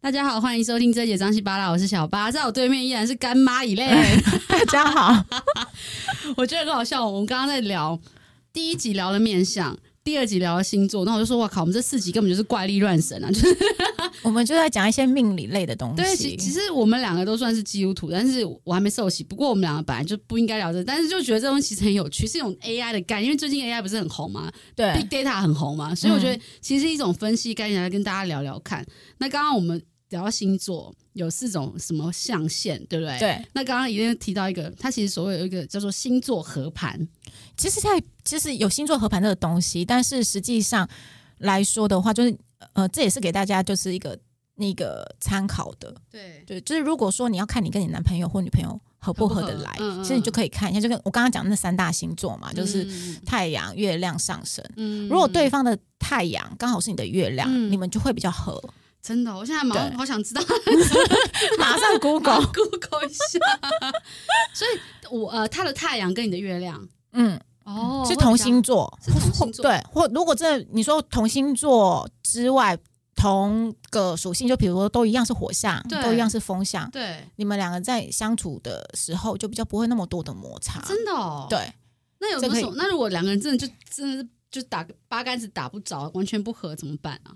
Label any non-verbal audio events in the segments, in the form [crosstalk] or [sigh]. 大家好，欢迎收听这节张西巴拉，我是小八，在我对面依然是干妈以类。 [laughs] 大家好，我觉得很好笑，我们刚刚在聊第一集聊了面相，第二集聊了星座，那我就说，哇靠，我们这四集根本就是怪力乱神啊！就是我们就在讲一些命理类的东对，其西。其实我们两个都算是基督徒，但是我还没受洗。不过我们两个本来就不应该聊这，但是就觉得这东西其实很有趣，是一种 AI 的概念，因为最近 AI 不是很红吗？Big 对 Data 很红嘛，所以我觉得其实是一种分析概念来跟大家聊聊看。那刚刚我们聊到星座有四种什么象限，对不对？。对，那刚刚已经提到一个，它其实所谓有一个叫做星座合盘，其实在就是有星座合盘这个东西，但是实际上来说的话，就是呃，这也是给大家就是一个那个参考的。对对，就是如果说你要看你跟你男朋友或女朋友合不合合得不合来，嗯嗯其实你就可以看一下，就跟我刚刚讲的那三大星座嘛，就是嗯太阳、月亮上升。嗯如果对方的太阳刚好是你的月亮，嗯你们就会比较合。真的哦，我现在马上对好想知道马上 [laughs] Google， Google 一下。所以我呃，他的太阳跟你的月亮 [laughs] 嗯，哦是同星，座，是同星座对，或如果这你说同星座之外同个属性，就比如说都一样是火象，对都一样是风象，会比较对，你们两个在相处的时候就比较不会那么多的摩擦。真的哦。，对，那有没这有可以什么？那如果两个人真的就真的是就打八竿子打不着，完全不合怎么办啊？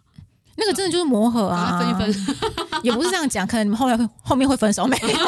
那个真的就是磨合赶啊，快分一 [laughs] 分。分，也不是这样讲，可能你们后来会后面会分手没有？其实因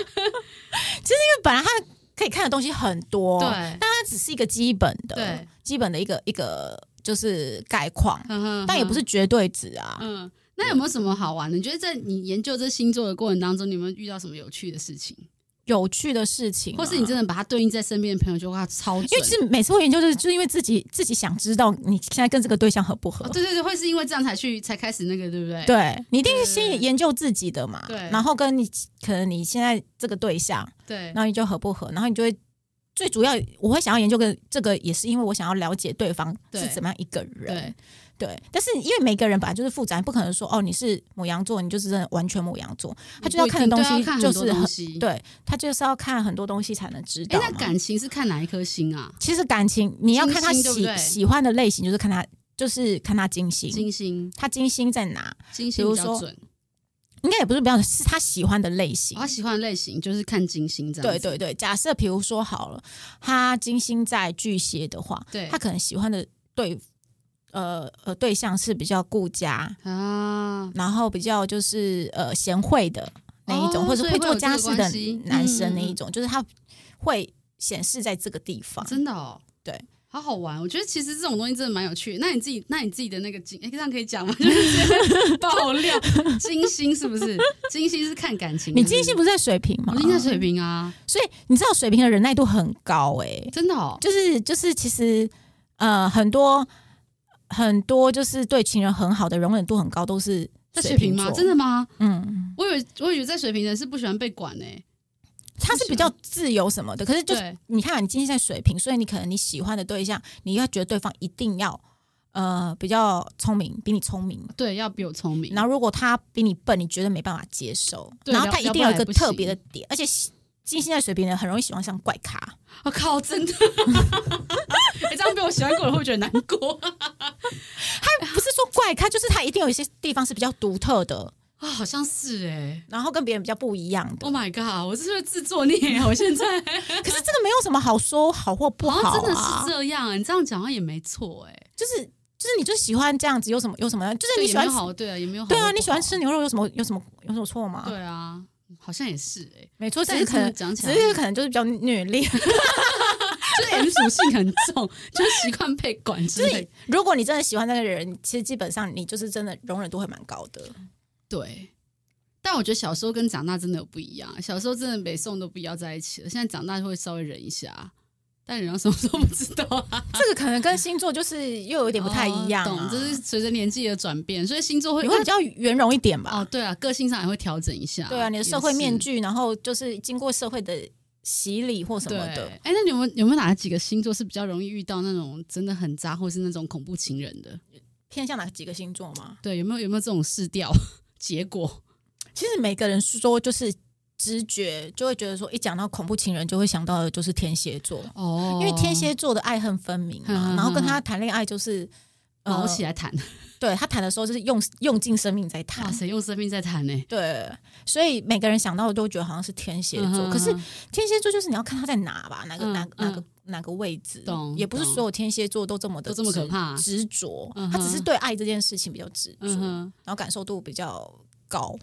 [laughs] 为本来他可以看的东西很多，对，它只是一个基本的对，基本的一个一个就是概况，但但也不是绝对值啊。嗯。那有没有什么好玩的？你觉得在你研究这星座的过程当中，你有没有遇到什么有趣的事情，有趣的事情啊，或是你真的把它对应在身边的朋友，就哇超准？因为其实每次会研究就是就是因为自己自己想知道你现在跟这个对象合不合哦，，对对对，会是因为这样才去才开始那个，对不对？对你一定是对先研究自己的嘛，对然后跟你可能你现在这个对象，对然后你就合不合，然后你就会最主要我会想要研究个这个，也是因为我想要了解对方对是怎么样一个对人，对但是因为每个人本来就是复杂，不可能说哦你是母羊座，你就是真的完全母羊座，他就要看的东对啊西要看很就多是东很西。对，他就是要看很多东西才能知哎，道嘛。那感情是看哪一颗星啊？其实感情你要看他金喜星对不对喜欢的类型，就是看他就是看他金星，金星，他金星在哪？金星比较准。应该也不是比较是他喜欢的类型。哦他喜欢的类型就是啊看金星这样对子。对对，假设比如说好了，他金星在巨蟹的话，对他可能喜欢的对呃呃对象是比较顾家，啊，然后比较就是呃贤惠的那一种，哦或者所以会会有做这家个事关的系男嗯生嗯那一嗯种，就是他会显示在这个地方。真的哦，对，好好玩。我觉得其实这种东西真的蛮有趣的。那你自己，那你自己的那个金，哎，这样可以讲吗？ [laughs] 就是爆料，金星是不是？金星是看感情的。你金星不是在水瓶吗我？金星在水瓶啊，所以你知道水瓶的忍耐度很高哎、真的哦，就是就是其实呃很多很多就是对情人很好的容忍度很高都是在水水瓶座吗？真的吗？嗯，我以为我以为在水瓶人是不喜欢被管呢。他是比较自由什么的，可是就是对你看、啊、你今天在水瓶，所以你可能你喜欢的对象，你要觉得对方一定要呃比较聪明，比你聪明。对，要比我聪明。然后如果他比你笨，你觉得没办法接受，对然后聊他一聊不定有一来个不特行别的点，而且金星在水瓶人很容易喜欢上怪 [laughs] 咖。我、啊靠，真的！哎、这样被我喜欢过的人会不会觉得难 [laughs] 过啊、不是说怪咖，就是他一定有一些地方是比较独特的，好像是哎、然后跟别人比较不一样的 Oh。my god！我是不是自作孽 [laughs] 啊？我现在可是这个没有什么好说好或不好、啊，好像真的是这样、你这样讲好像也没错哎、就是就是你就喜欢这样子，有什么有什么，就是对也你喜没欢有好对啊，也没有好对或啊，不你喜欢好吃牛肉有什么有什么有什么错吗？对啊，好像也是哎、没错，只但是是可能讲起只来，是可能就是比较虐恋。就是人属性很重， [laughs] 就是习惯被管之类的。如果你真的喜欢那个人，其实基本上你就是真的容忍度会蛮高的。啊对，但我觉得小时候跟长大真的有不一样，小时候真的北宋都不要在一起了，现在长大就会稍微忍一下，但忍到什么时候不知道 [laughs] 啊。这个可能跟星座就是又有一点不太一样、哦啊懂？就是随着年纪的转变，所以星座会你会比较圆融一点吧？哦，对啊，个性上也会调整一下。对啊，你的也是社会面具，然后就是经过社会的洗礼或什对。么的。哎，那你有没有有没有哪几个星座是比较容易遇到那种真的很渣，或是那种恐怖情人的？偏向哪几个星座吗？对，有没有有没有这种试调 [laughs] 结果？其实每个人说就是直觉，就会觉得说一讲到恐怖情人，就会想到的就是天蝎座，哦因为天蝎座的爱恨分明嗯嗯嘛，嗯然后跟他谈恋爱就是呃毛起来谈，对他谈的时候，就是用用尽生命在谈哇。塞，用生命在谈呢、对，所以每个人想到的都觉得好像是天蝎座，嗯可是天蝎座就是你要看他在哪吧，哪个、嗯哪个哪个嗯哪个位置，懂也不是懂所有天蝎座都这么都的这么执可怕执着，嗯他只是哼对爱这件事情比较执着，嗯哼。然后感受度比较高。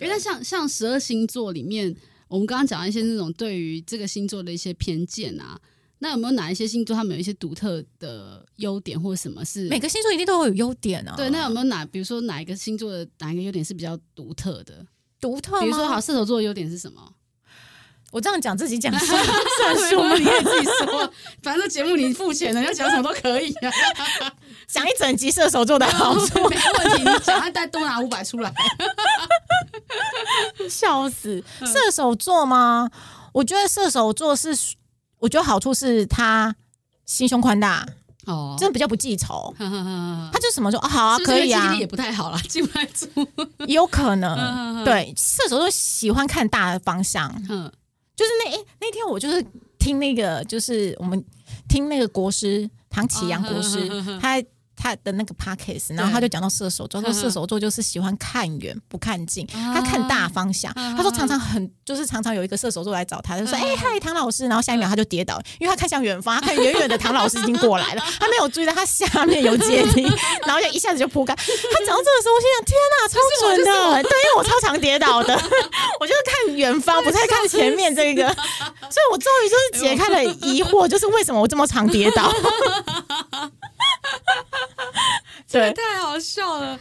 因为它像像十二星座里面，我们刚刚讲到一些那种对于这个星座的一些偏见啊，那有没有哪一些星座他们有一些独特的优点或什么是？每个星座一定都会有优点啊，对，那有没有哪比如说哪一个星座的哪一个优点是比较独特的？独特吗。比如说，好，射手座的优点是什么？我这样讲自己 [laughs] 讲算射算数吗你可以自己说，反正节目你付钱的，要讲什么都可以啊，讲一整集射手座的好处，没问题。你讲，啊再多拿五百出来。 [laughs] 笑死！射手座吗？我觉得射手座是，我觉得好处是他心胸宽大， [laughs] 哦，真的比较不记仇。呵呵呵他就什么说啊好啊，是不是可以因为记忆啊力，也不太好啦，进不来住。 [laughs] 也有可嗯嗯能。嗯对，射手座喜欢看大的方向，嗯就是那诶那天我就是听那个，就是我们听那个国师唐启阳国师嗯嗯嗯嗯，他。他的那个 pockets，然后他就讲到射手座，他说嗯嗯射手座就是喜欢看远不看近，啊他看大方向。嗯嗯他说常常很就是常常有一个射手座来找他，他就嗯说：“嗯哎、嗨，唐老师。”然后下一秒他就跌倒，因为他看向远方，他看远远的唐老师已经过来了，他没有注意到他下面有阶梯，然后就一下子就扑开。他讲到这个时候，我心想：天哪、超我准就是我的！对，因为我超常跌倒的，我就是看远方，不太看前面这个。所以我终于就是解开了疑惑，就是为什么我这么常跌倒？对，太好笑了。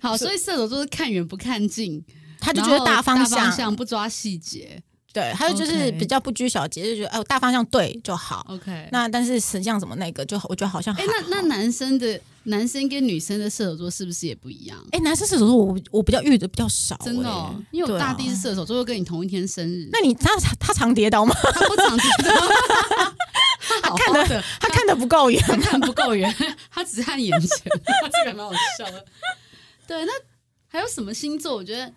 好，所以射手座是看远不看近，他就觉得大方然后大向，方向不抓细节。对，还有就是 OK 比较不拘小节，就觉得哦，大方向对就好。 OK，那那但是实际上怎么那个，就我觉得好像还哎、好那那男生的男生跟女生的射手座是不是也不一样？哎，男生射手座我我比较遇的比较少，真的、哦哎，因为我对啊大弟是射手座，又跟你同一天生日，那你他他常跌倒吗？ [laughs] 他不长知道，他好好看的，他看的不 [laughs] 够远，他看不够远，他只看眼前，这个蛮好笑的。对，那还有什么星座？我觉得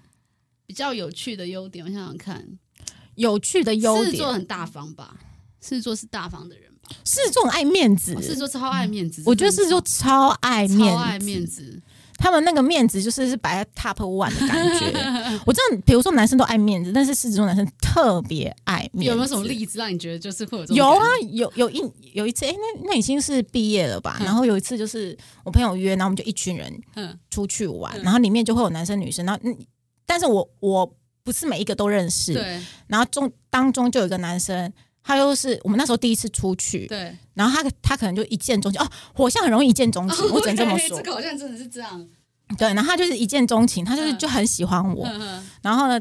比较有趣的优点，我想想看，有趣的优狮子座点。很大方吧？狮子座是大方的人吧？狮子座很爱面子哦，狮子座超爱面子，我觉得狮真子的座超爱面超子，爱面子，他们那个面子就是是摆在 top one 的 [laughs] 感觉。我知道，比如说男生都爱面子，但是狮子座男生特别爱面子。有没有什么例子让你觉得就是会有这种有啊感觉？，有有一有一次，哎、那那已经是毕业了吧？嗯然后有一次就是我朋友约，然后我们就一群人嗯出去玩，嗯然后里面就会有男生女生，然后嗯，但是我我不是每一个都认识，对然后中当中就有一个男生。他又是我们那时候第一次出去，对，然后他他可能就一见钟情哦，火象很容易一见 [laughs] 钟情，我只能这么说这。个好像真的是这样。对，然后他就是一见钟情，他就是嗯就很喜欢我，哼哼然后呢，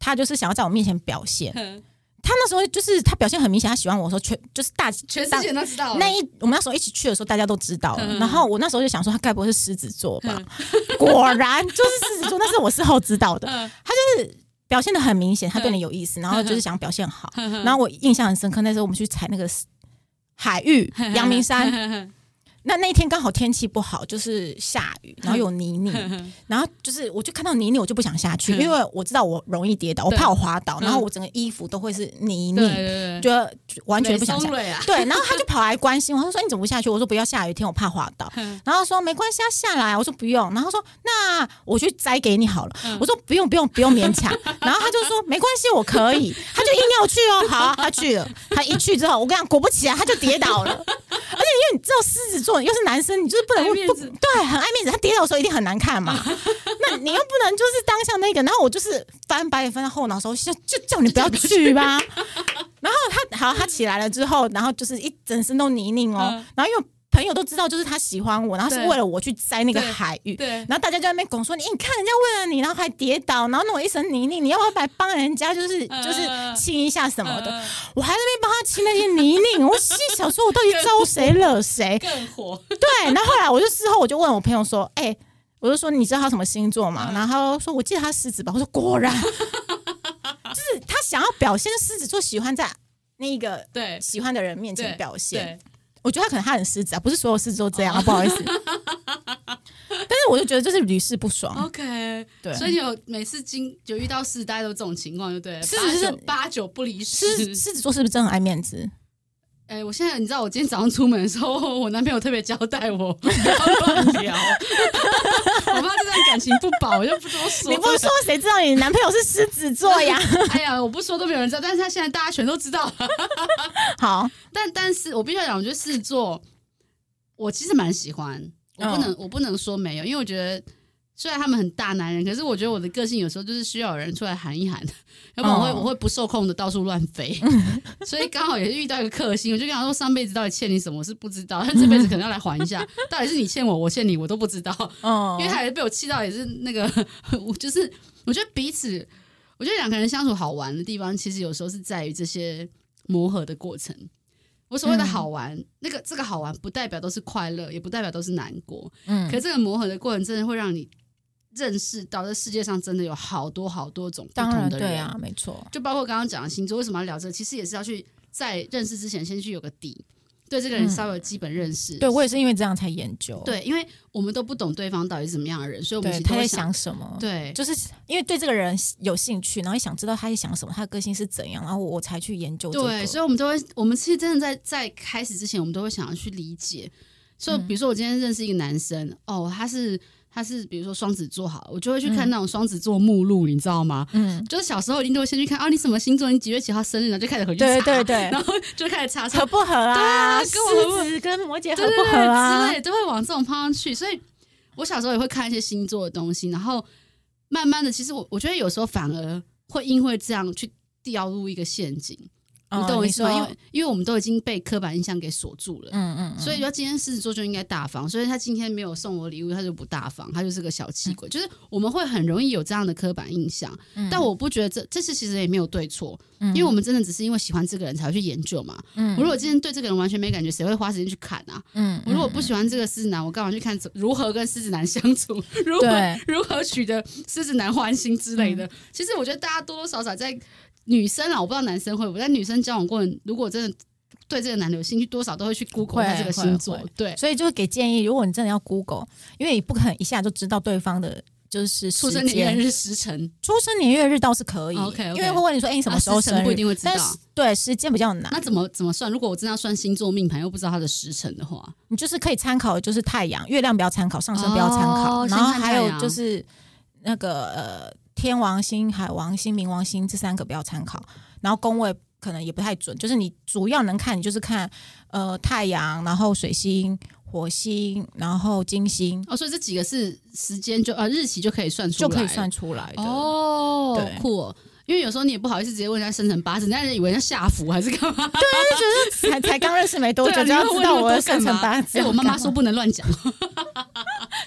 他就是想要在我面前表现。哼他那时候就是他表现很明显，他喜欢我的时候，全就是大全世大界人都知道了那一我们那时候一起去的时候，大家都知道了。哦嗯然后我那时候就想说，他该不会是狮子座吧？ [laughs] 果然就是狮子座，但是我事后知道的，嗯他就是。表现的很明显，他对你有意思，然后就是想表现好。哼哼然后我印象很深刻，那时候我们去踩那个海域嗯哼哼阳明山，哼哼那那一天刚好天气不好，就是下雨，然后有泥泞，哼嗯哼然后就是我就看到泥泞，我就不想下去，嗯因为我知道我容易跌倒，我对怕我滑倒，嗯然后我整个衣服都会是泥对对对泞，对，觉得完全不想下美松。蕊 [laughs] 啊，对，然后他就跑来关心我，他说：“你怎么不下去？”我说：“不要下雨天，我怕滑倒。嗯”然后说：“没关系，啊，下来。”我说：“不用。”然后说：“那我去摘给你好了。嗯我说：“不用，不用，不用勉强。”然后他就说：“没关系，我可以。”他就硬要去哦，好、啊，他去了。他一去之后，我跟你讲，果不其然，他就跌倒了。 [laughs] 而且因为你知道狮子座又是男生，你就是不能爱面不子对，很爱面子。他跌倒的时候一定很难看嘛。那你又不能就是当下那个，然后我就是翻白眼翻到后脑勺，就就叫你不要 [laughs] 去吧。然后他好，他起来了之后，然后就是一整身都泥泞哦。嗯然后因为朋友都知道，就是他喜欢我，然后是对为了我去摘那个对海域。对，然后大家就在那边拱说：“你、你看人家为了你，然后还跌倒，然后弄了一身泥泞，你要不要来帮人家？就是嗯就是嗯嗯清一下什么的。嗯我还在那边帮他清那些泥泞，我心想说，我到底招谁惹谁？更 [laughs] 火，对，然后后来我就事后我就问我朋友说，哎、我就说你知道他什么星座吗？嗯然后他说我记得他狮子吧，我说果然， [laughs] 就是他想要表现狮子座喜欢在那个对喜欢的人面前对表现。对，哦我觉得他可能他很狮子啊，不是所有狮子都这样啊，不好意思。但是我就觉得就是屡试不爽， OK，对哦所以有每次经有遇到事，大家都这种情况，就对了，狮子八是九八九不离狮十子。狮子座是不是真的很爱面子？哎、我现在你知道，我今天早上出门的时候，我男朋友特别交代我 [laughs] 不要乱聊， [laughs] 我怕这段感情不保，我就不多说。你不说，谁知道你男朋友是狮子座呀？ [laughs] [laughs] 哎呀，我不说都没有人知道，但是他现在大家全都知道了。好，但但是我必须要讲，我觉得狮子座，我其实蛮喜欢，我不能、我不能说没有，因为我觉得虽然他们很大男人，可是我觉得我的个性有时候就是需要有人出来喊一喊，要不然我会、哦我会不受控的到处乱飞，所以刚好也是遇到一个克星，我就跟他说上辈子到底欠你什么我是不知道，但这辈子可能要来还一下，到底是你欠我，我欠你，我都不知道，嗯因为他也是被我气到，也是那个， [laughs] 我就是我觉得彼此，我觉得两个人相处好玩的地方，其实有时候是在于这些磨合的过程。我所谓嗯的好玩，那个这个好玩不代表都是快乐，也不代表都是难过，嗯，可这个磨合的过程真的会让你认识到，这世界上真的有好多好多种不当然同的人。对啊，没错，就包括刚刚讲的星座，为什么要聊这个？其实也是要去在认识之前，先去有个底，对这个人稍微有基本认识。嗯对我也是因为这样才研究，对，因为我们都不懂对方到底是什么样的人，所以我们对，其实都他会在想什么？对，就是因为对这个人有兴趣，然后也想知道他在想什么，他的个性是怎样，然后我我才去研究这个。对，所以我们都会，我们其实真的在在开始之前，我们都会想要去理解。所以，嗯比如说我今天认识一个男生，哦，他是他是比如说双子座，好了，我就会去看那种双子座目录，你知道吗？嗯，就是小时候一定都会先去看，啊，你什么星座，你几月几号生日，然后就开始回去查，对对对， [laughs] 然后就开始查说合不合对啊？啊狮跟我合不子跟摩羯合对对不合啊？之类，都会往这种方向去。所以我小时候也会看一些星座的东西，然后慢慢的，其实我我觉得有时候反而会因为这样去掉入一个陷阱。嗯你懂我意思吗？说因为因为我们都已经被刻板印象给锁住了，嗯嗯，嗯所以说今天狮子座就应该大方，所以他今天没有送我礼物，他就不大方，他就是个小气鬼。就是我们会很容易有这样的刻板印象，嗯但我不觉得这这次其实也没有对错，嗯因为我们真的只是因为喜欢这个人才会去研究嘛。嗯我如果今天对这个人完全没感觉，谁会花时间去看啊？嗯我如果不喜欢这个狮子男，我干嘛去看如何跟狮子男相处， [laughs] 如何对如何取得狮子男欢心之嗯类的？其实我觉得大家多多少少在女生啊，我不知道男生会不会，但女生交往过程，如果真的对这个男的有兴趣，多少都会去 Google 会他这个星座会会。对，所以就是给建议，如果你真的要 Google，因为你不可能一下就知道对方的。就是时出生年间月日时辰，出生年月日倒是可以 OK，OK 因为会问你说，哎、你什么时候啊时辰生日？不一定会知道但是对时间比较难那。怎么怎么算？如果我真的要算星座命盘，又不知道他的时辰的话，你就是可以参考，就是太阳、月亮不要参考，上升不要参考，哦然后先看还太有阳就是那个呃天王星、海王星、冥王星这三个不要参考，然后宫位可能也不太准，就是你主要能看，你就是看呃太阳，然后水星、火星，然后金星哦，所以这几个是时间就呃日期就可以算出就来，可以算出来的。哦对，酷哦。因为有时候你也不好意思直接问人家生辰八字，人家以为人家下符还是干嘛？才才刚认识没多久，对啊就要你会知问道那么我的多生干辰嘛八字。哎，我妈妈说，不能乱讲，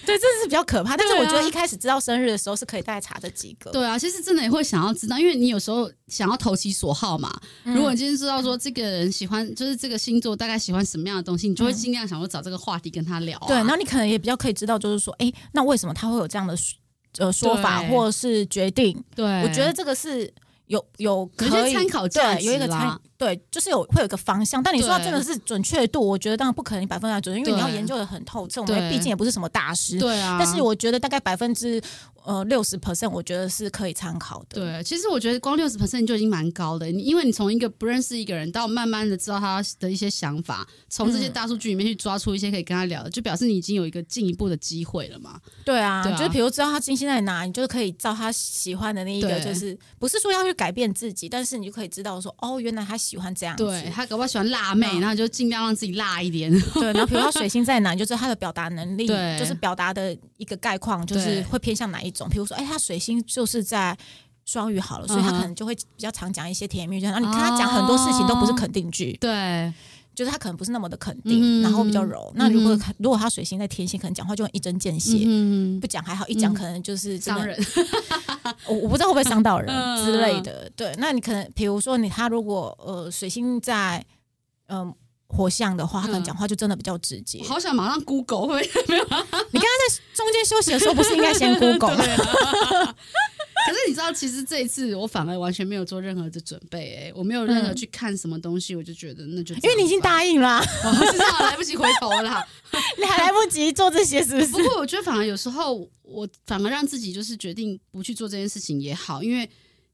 对，这是比较可怕。但是对啊我觉得一开始知道生日的时候，是可以大概查这几个。对啊，其实真的也会想要知道，因为你有时候想要投其所好嘛。嗯如果你今天知道说这个人喜欢，就是这个星座大概喜欢什么样的东西，你就会尽量想要找这个话题跟他聊、啊。对，然后你可能也比较可以知道，就是说，哎、那为什么他会有这样的说呃说法，对或者是决定？对，我觉得这个是有有有一可些以参考价对，值有一个参啦对，就是有会有一个方向。但你说到对真的是准确度，我觉得当然不可能百分之百准确，因为你要对研究的很透彻，我对们毕竟也不是什么大师。对啊。但是我觉得大概百分之呃六十 percent，我觉得是可以参考的。对，其实我觉得光六十 percent 就已经蛮高的，你因为你从一个不认识一个人到慢慢的知道他的一些想法，从嗯这些大数据里面去抓出一些可以跟他聊的，就表示你已经有一个进一步的机会了嘛。对啊，对啊就是比如知道他金星在哪，你就可以照他喜欢的那一个，对就是不是说要去改变自己，但是你就可以知道说，哦，原来他喜欢这样子。对他搞不好喜欢辣妹，嗯然后你就尽量让自己辣一点。对，然后比如说水星在哪，你就知道他的表达能力，对就是表达的一个概况，就是对会偏向哪一种。比如说，哎，他水星就是在双鱼好了，所以他嗯哼可能就会比较常讲一些甜言蜜语，然后你看他讲很多事情都不是哦肯定句，对，就是他可能不是那么的肯定，嗯然后比较柔。那如嗯果如果他水星在天蝎，可能讲话就很一针见血。嗯，不讲还好，一讲嗯可能就是真的伤人。 [laughs] 我我不知道会不会伤到 [laughs] 人嗯之类的。对，那你可能比如说你他如果呃水星在嗯、火象的话，他可能嗯讲话就真的比较直接。好想马上 Google 会不会没有中间休息的时候不是应该 [laughs] 先 Google 吗？对啊 [laughs] 可是你知道，其实这一次我反而完全没有做任何的准备、哎，我没有任何去看什么东西，我就觉得那就因为你已经打，答应啦， [laughs] 我知道来不及回头啦。你还来不及做这些，是不不是？过我觉得反而有时候我反而让自己就是决定不去做这件事情也好，因为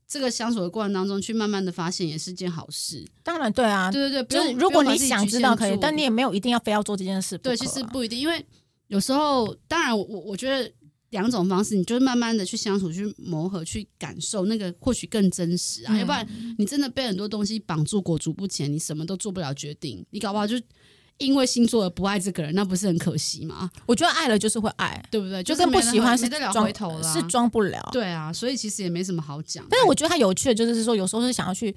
这个相处的过程当中去慢慢的发现，也是件好事。当然对啊，对对对，不就是用如果不用把你自己想局知限道可以，住但你也没有一定要非要做这件事不可啊。对，其实不一定，因为有时候，当然我，我我觉得两种方式，你就是慢慢的去相处、去磨合、去感受那个，或许更真实啊。嗯要不然，你真的被很多东西绑住、裹足不前，你什么都做不了决定，你搞不好就因为星座而不爱这个人，那不是很可惜吗？我觉得爱了就是会爱，对不对？就是跟不没得喜欢回是没得了装回头啦，是装不了。对啊，所以其实也没什么好讲。啊但是我觉得它有趣的就是说，有时候是想要去，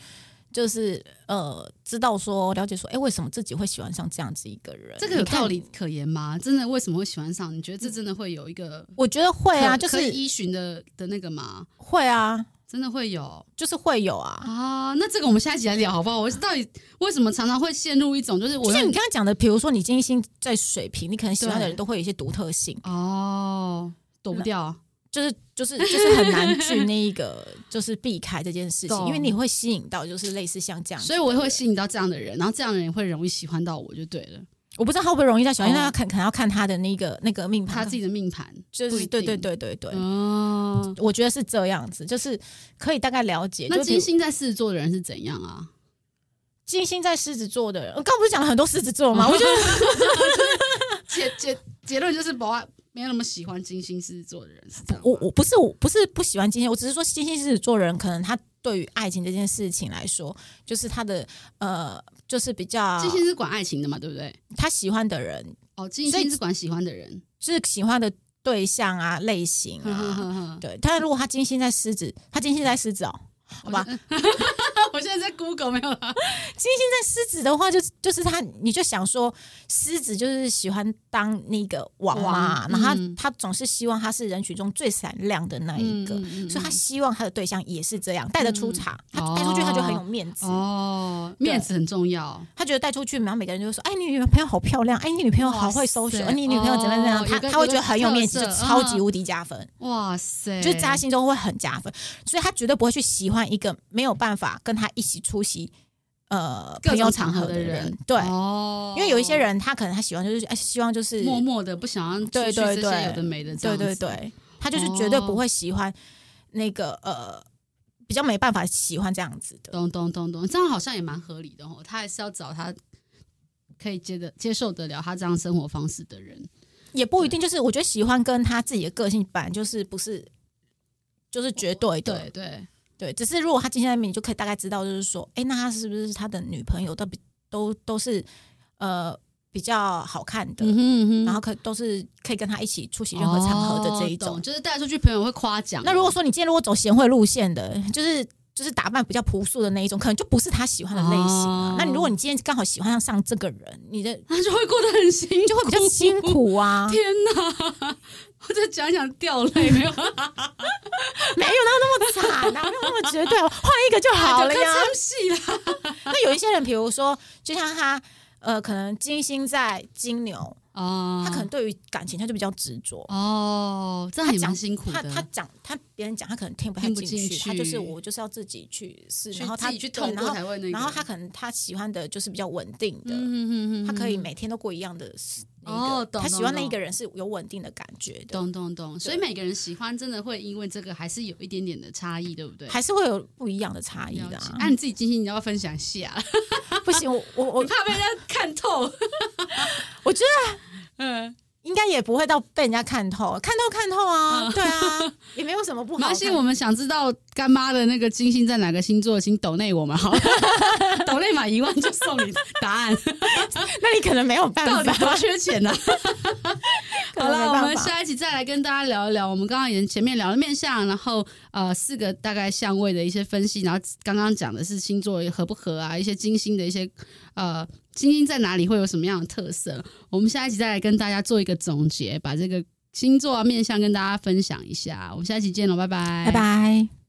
就是呃，知道说了解说，哎、为什么自己会喜欢上这样子一个人？这个有你看道理。可言吗？真的为什么会喜欢上？你觉得这真的会有一个我觉得会啊，可就可以是依循的的那个吗？会啊，真的会有就是会有啊。啊？那这个我们下一集来聊好不好？我是到底为什么常常会陷入一种就是就我像你刚刚讲的，比如说你金星在水瓶，你可能喜欢的对人都会有一些独特性，哦躲不掉，就是就是就是很难去那一个就是避开这件事情，懂因为你会吸引到就是类似像这样子的所以人，我会吸引到这样的人，然后这样的人也会容易喜欢到我就 [laughs] 对了。我不知道他会不会容易在喜欢，因为哦他可可能要看他的那个那个命盘，他自己的命盘就不一是对对定对对对，哦，我觉得是这样子，就是可以大概了解。那就比金如星在狮子座的人是怎样啊？金星在狮子座的人，我刚不是讲了很多狮子 [laughs] 座吗？我觉得结结结论就是不爱，没有那么喜欢金星狮子座的人是这样吗。我我不是我不是不喜欢金星，我只是说金星狮子座的人，可能他对于爱情这件事情来说，就是他的呃，就是比较金星是管爱情的嘛，对不对？他喜欢的人，哦，金所以星是管喜欢的人。就是喜欢的对象啊、类型呵呵啊。呵呵对，但如果他金星在狮子，他金星在狮子哦，好 [laughs] 吧，嗯我现在在 Google 没有啦。在狮子的话就，就是他，你就想说，狮子就是喜欢当那个王嘛，王然后他、嗯他总是希望他是人群中最闪亮的那一个，嗯嗯所以他希望他的对象也是这样，带得出场，他带出去哦他就很有面子，哦，对面子很重要。他觉得带出去，然后每个人就会说，哎，你女朋友好漂亮，哎，你女朋友好会搜寻，哇塞哎你女朋友怎么样怎么样，哦他有个他会觉得很有面子，有就个特色嗯超级无敌加分，哇塞，就是在他心中会很加分，所以他绝对不会去喜欢一个没有办法跟他一起出席。呃，各朋友种场场合合的的人人，，对，哦因为有一些人他可能他喜欢就是哎，希望就是默默的不想要出对去对这对些有的没的这对样子，对对，他就是绝对不会喜欢那个、呃比较没办法喜欢这样子的。咚咚咚咚，这样好像也蛮合理的哦。他还是要找他可以接的接受得了他这样生活方式的人。也不一定，就是我觉得喜欢跟他自己的个性本来就是不是就是绝对的，对对，对只是如果他今天在面，你就可以大概知道，就是说，哎，那他是不是他的女朋友都比都都是呃比较好看的，嗯哼嗯哼然后可都是可以跟他一起出席任何场合的这一哦种懂。就是带出去朋友会夸奖。那如果说你今天如果走贤惠路线的，就是就是打扮比较朴素的那一种，可能就不是他喜欢的类型啊。哦那你如果你今天刚好喜欢上这个人，你的 [laughs] 他就会过得很辛苦，就会比较辛。苦 [laughs] 啊。天哪！ [laughs] 我在讲讲掉泪， [laughs] 没有没有那么惨啊，没有那么绝对，换一 [laughs] 个就好了呀。唱戏啊啦。那有一些人，比如说，就像他。呃，可能金星在金牛，哦他可能对于感情他就比较执着。哦，这样也蛮辛苦他的。他讲他别人讲，他可能听不太听不进去，进去他就是我就是要自己去试，去然后他自己去对透然过后才会那个，然后他可能他喜欢的就是比较稳定的，嗯嗯嗯嗯，他可以每天都过一样的事那个，哦懂他喜欢懂那一懂个人是有稳定的感觉的，懂懂懂，所以每个人喜欢真的会因为这个还是有一点点的差异，对不对？还是会有不一样的差异了解的、啊。啊，你自己金星，你要不要分享一下？啊不行，我我 [laughs] 我我怕被人家哎看透。我觉得，嗯，应该也不会到被人家看透，看透看透啊，对啊，也没有什么不嗯没好关系，看。我们想知道干妈的那个金星在哪个星座，请抖内我们好了， [laughs] 抖内满一万就送你答案。 [laughs] 那你可能 [laughs] 没有办到底法，多缺钱呢、啊可 [laughs] 好能没了，我办们法。下一集再来跟大家聊一聊。我们刚刚也前面聊了面相，然后呃四个大概相位的一些分析，然后刚刚讲的是星座合不合啊，一些金星的一些呃金星在哪里会有什么样的特色。我们下一集再来跟大家做一个总结，把这个星座啊面相跟大家分享一下。我们下一集见喽，拜拜，拜。拜。